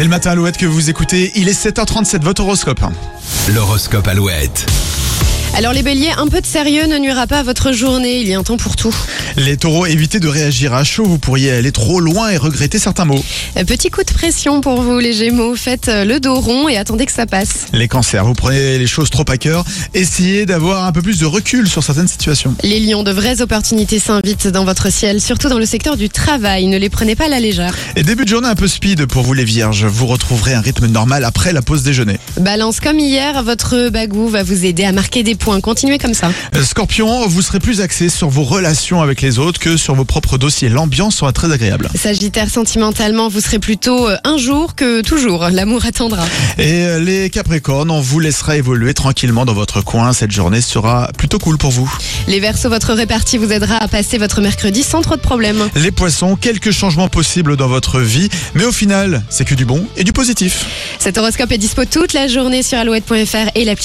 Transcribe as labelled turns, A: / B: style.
A: le matin Alouette que vous écoutez. Il est 7h37, votre horoscope.
B: L'horoscope Alouette.
C: Alors les béliers, un peu de sérieux ne nuira pas à votre journée, il y a un temps pour tout.
A: Les taureaux, évitez de réagir à chaud, vous pourriez aller trop loin et regretter certains mots.
C: Euh, Petit coup de pression pour vous les gémeaux, faites euh, le dos rond et attendez que ça passe.
A: Les cancers, vous prenez les choses trop à cœur, essayez d'avoir un peu plus de recul sur certaines situations.
C: Les lions, de vraies opportunités s'invitent dans votre ciel, surtout dans le secteur du travail, ne les prenez pas à la légère.
A: Et début de journée un peu speed pour vous les vierges, vous retrouverez un rythme normal après la pause déjeuner.
C: Balance comme hier, votre bagou va vous aider à marquer des points, continuez comme ça.
A: Euh, Scorpion, vous serez plus axé sur vos relations avec les autres que sur vos propres dossiers. L'ambiance sera très agréable.
C: Sagittaire, sentimentalement, vous serez plutôt euh, un jour que toujours, l'amour attendra.
A: Et euh, les capricornes, on vous laissera évoluer tranquillement dans votre coin. Cette journée sera plutôt cool pour vous.
C: Les versos, votre répartie vous aidera à passer votre mercredi sans trop de problèmes.
A: Les poissons, quelques changements possibles dans votre vie, mais au final, c'est que du bon et du positif.
C: Cet horoscope est dispo toute la journée sur alouette.fr et l'application.